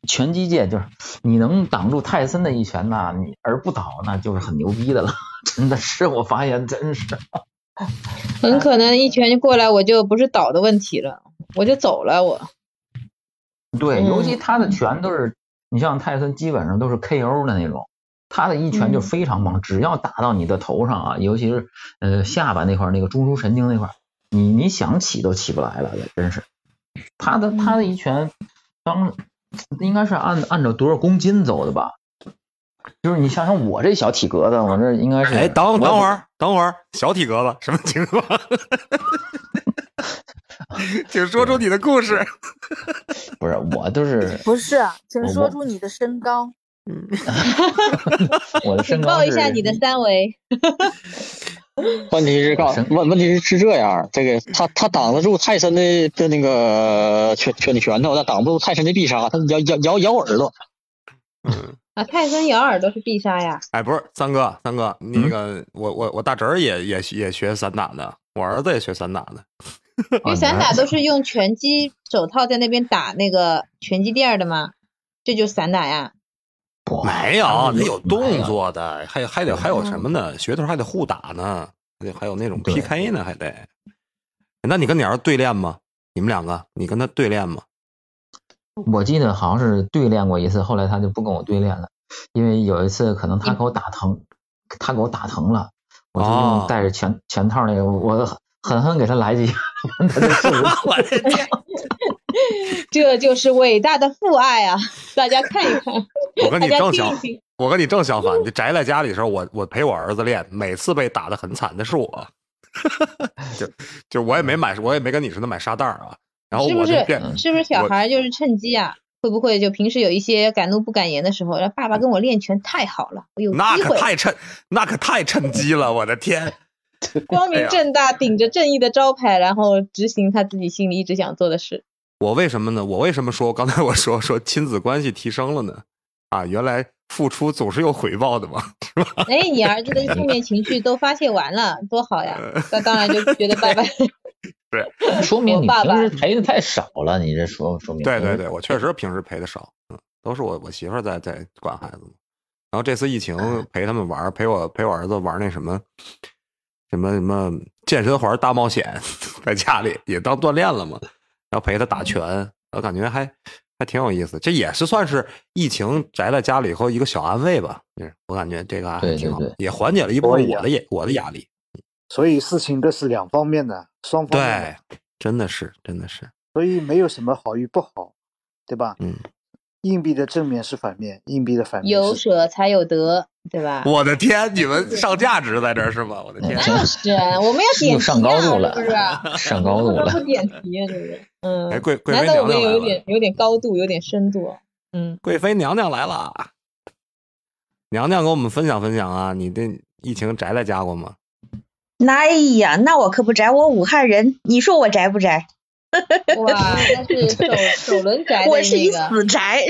S10: 拳击界，就是你能挡住泰森的一拳呐，你而不倒，那就是很牛逼的了。 真的是，我发现真是，
S3: 很可能一拳就过来，我就不是倒的问题了，我就走了，我。
S10: 对，
S3: 嗯
S10: 尤其他的拳都是，你像泰森基本上都是 KO 的那种，他的一拳就非常猛，只要打到你的头上啊，尤其是呃下巴那块儿那个中枢神经那块儿，你你想起都起不来了，真是。他的他的一拳当应该是按按照多少公斤走的吧？就是你想想我这小体格子，我这应该是
S4: 哎，
S10: 我
S4: 等
S10: 也不
S4: 等会儿，等会儿，小体格子什么情 况？请说出你的故事。
S10: 不是我都是
S6: 不是，请
S10: 我
S6: 说
S10: 我
S6: 出你的身高。
S10: 我的身
S3: 请
S10: 高
S3: 报一下
S10: 是
S3: 你的三围。
S2: 问题是告
S10: 神
S2: 问问题是是这样，这个他他挡得住泰森的的那个拳拳拳头，但挡不住泰森的必杀，他咬咬咬咬耳朵。
S3: 啊，泰森咬耳朵是必杀呀。
S4: 哎，不是，三哥，三哥，
S10: 嗯
S4: 那个、我我我大侄儿也也也学散打的，我儿子也学散打的。
S10: 啊
S3: 因为散打都是用拳击手套在那边打那个拳击垫儿的嘛，这就是散打呀。
S4: 没有，
S10: 他们
S4: 得
S10: 有
S4: 有动作的，还有还得还有什么呢？学头还得互打呢，还得还有那种
S10: 嗯对
S4: PK 呢，还得。那你跟你儿子对练吗？你们两个，你跟他对 练吗？
S10: 我记得好像是对练过一次，后来他就不跟我对练了，因为有一次可能他给我打疼，他给我打疼了，我就
S4: 哦
S10: 用带着拳拳套那个，我狠狠给他来 几下，他就受不了
S4: 我的天！
S3: 这就是伟大的父爱啊！大家看一看，
S4: 我跟你
S3: 大家
S4: 正
S3: 听
S4: 相
S3: 一，听。
S4: 我跟你正相
S3: 哦
S4: 反。你宅在家里的时候，我我陪我儿子练，每次被打的很惨的是我。就就我也没买，我也没跟你似的买沙袋儿啊。然后
S3: 嗯是不嗯
S4: 我就是变，
S10: 嗯
S3: 是不是小
S4: 我
S3: 孩就是趁机啊？会不会就平时有一些敢怒不敢言的时候，让爸爸跟我练拳太好了，我有机
S4: 那可
S3: 会
S4: 太趁，那可太 趁机了，我的天！
S3: 光
S4: 哎
S3: 明
S4: 呀
S3: 正大顶着正义的招牌，然后执行他自己心里一直想做的事。
S4: 我为什么呢？我为什么说刚才我说说亲子关系提升了呢？啊，原来付出总是有回报的嘛。
S3: 哎，你儿子的负面情绪都发泄完了，多好呀！
S4: 呃
S3: 那当然就觉得 爸爸
S10: 说明你
S3: 我爸爸
S10: 平时陪的太少了，你这说说明
S4: 对对对，我确实平时陪的少，嗯，都是我我媳妇儿在在管孩子嘛。然后这次疫情
S10: 嗯
S4: 陪他们玩儿，陪我陪我儿子玩儿那什么什么什么健身环大冒险， 在家里也当锻炼了嘛。然后陪他打
S10: 嗯
S4: 拳，我感觉还还挺有意思。这也是算是疫情宅在家里以后一个小安慰吧。嗯，我感觉这个还
S10: 对
S4: 挺好
S10: 对对，
S4: 也缓解了一部分
S5: 所以啊
S4: 我的也我的压力。
S5: 所以事情都是两方面的，双方面
S4: 对
S5: 的，，
S4: 真的是真的
S10: 啊
S4: 是，
S5: 所以没有什么好与不好，对吧？
S4: 嗯，
S5: 硬币的正面是反面，硬币的反面
S3: 有
S5: 是
S3: 舍才有得，对吧？
S4: 我的天，你们上价值在这儿是吗？我的天
S10: 嗯，
S3: 就是，我们要点
S10: 又
S3: 题
S10: 上高
S3: 啊
S10: 度了
S3: 是不是？
S10: 上高度
S3: 不得
S10: 了，
S3: 不点题啊，对不对？
S6: 嗯
S4: 哎，贵贵妃
S6: 难道
S4: 娘
S6: 我们
S4: 娘
S6: 有
S4: 来
S6: 点
S4: 了，
S6: 有点高度，有点深度啊？嗯，
S4: 贵妃娘娘来了，啊娘娘给我们分享分享啊，你这疫情宅在家过吗？
S3: 哎呀，那我可不宅，我武汉人，你说我宅不宅？
S6: 哇，那 是首首轮宅的
S3: 我是
S6: 那
S3: 一
S6: 个
S3: 死宅。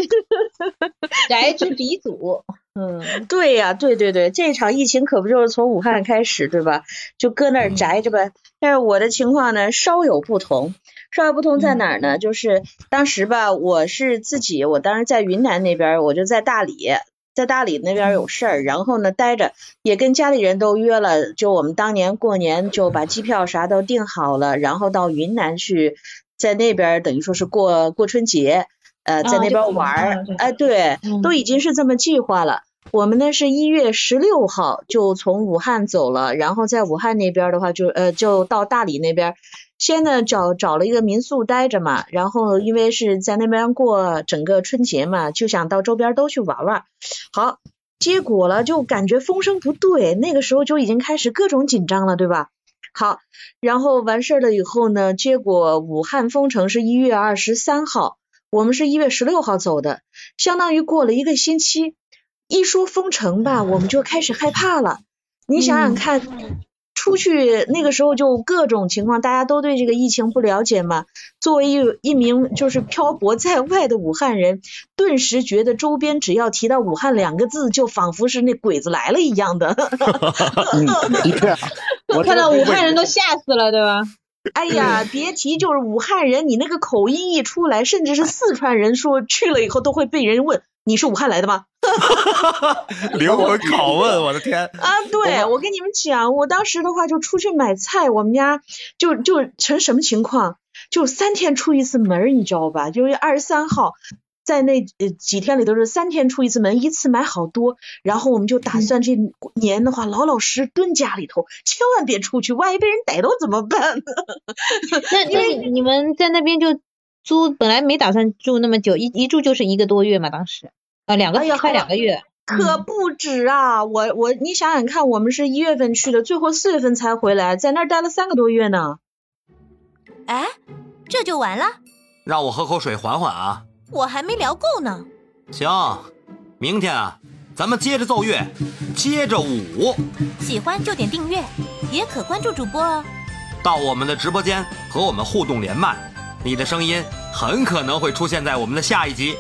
S6: 宅之鼻 祖，嗯，
S3: 对呀、对对对，这场疫情可不就是从武汉开始，对吧？就搁那儿宅着吧。但是我的情况呢，稍有不同。稍有不同在哪儿呢？就是当时吧，我是自己，我当时在云南那边儿，我就在大理，在大理那边儿有事儿，然后呢待着，也跟家里人都约了，就我们当年过年就把机票啥都订好了，然后到云南去，在那边儿等于说是过过春节，呃，在
S6: 啊
S3: 那
S6: 就
S3: 边儿
S6: 过
S3: 玩
S6: 年
S3: 儿
S6: 了这，嗯
S3: 哎，对，都已经是这么计划了。我们呢是一月十六号就从武汉走了，然后在武汉那边儿的话就呃就到大理那边儿，先呢找找了一个民宿待着嘛，然后因为是在那边过整个春节嘛，就想到周边儿都去玩玩儿。好，结果了就感觉风声不对，那个时候就已经开始各种紧张了，对吧？好，然后完事儿了以后呢，结果武汉封城是一月二十三号，我们是一月十六号走的，相当于过了一个星期。一说封城吧，我们就开始害怕了。你想
S6: 嗯
S3: 想看，出去那个时候就各种情况，大家都对这个疫情不了解嘛。作为一一名就是漂泊在外的武汉人，顿时觉得周边只要提到武汉两个字，就仿佛是那鬼子来了一样的。
S2: 嗯，的确啊， 我
S6: 看
S2: 这
S6: 到
S2: 个
S6: 武汉人都吓死了，对吧？
S3: 哎呀，别提就是武汉人，你那个口音一出来，甚至是四川人说去了以后都会被人问你是武汉来的吗？
S4: 灵魂拷问，我的天！
S3: 啊，对，我跟你们讲，我当时的话就出去买菜，我们家就就成什么情况？就三天出一次门儿，你知道吧？就是二十三号，在那呃几天里头是三天出一次门，一次买好多。然后我们就
S6: 嗯
S3: 打算这年的话，老老实实蹲家里头，千万别出去，万一被人逮到怎么办？
S6: 那那你你们在那边就租，本来没打算住那么久，一一住就是一个多月嘛，当时啊，两个
S3: 哎呀
S6: 快
S3: 后
S6: 两个月，嗯
S3: 可不止啊！我我你想想看，我们是一月份去的，最后四月份才回来，在那儿待了三个多月呢。
S1: 哎，这就完了？
S4: 让我喝口水缓缓啊。
S1: 我还没聊够呢。
S4: 行，明天啊，咱们接着奏乐，接着舞，
S1: 喜欢就点订阅，也可关注主播哦。
S4: 到我们的直播间和我们互动连麦，你的声音很可能会出现在我们的下一集。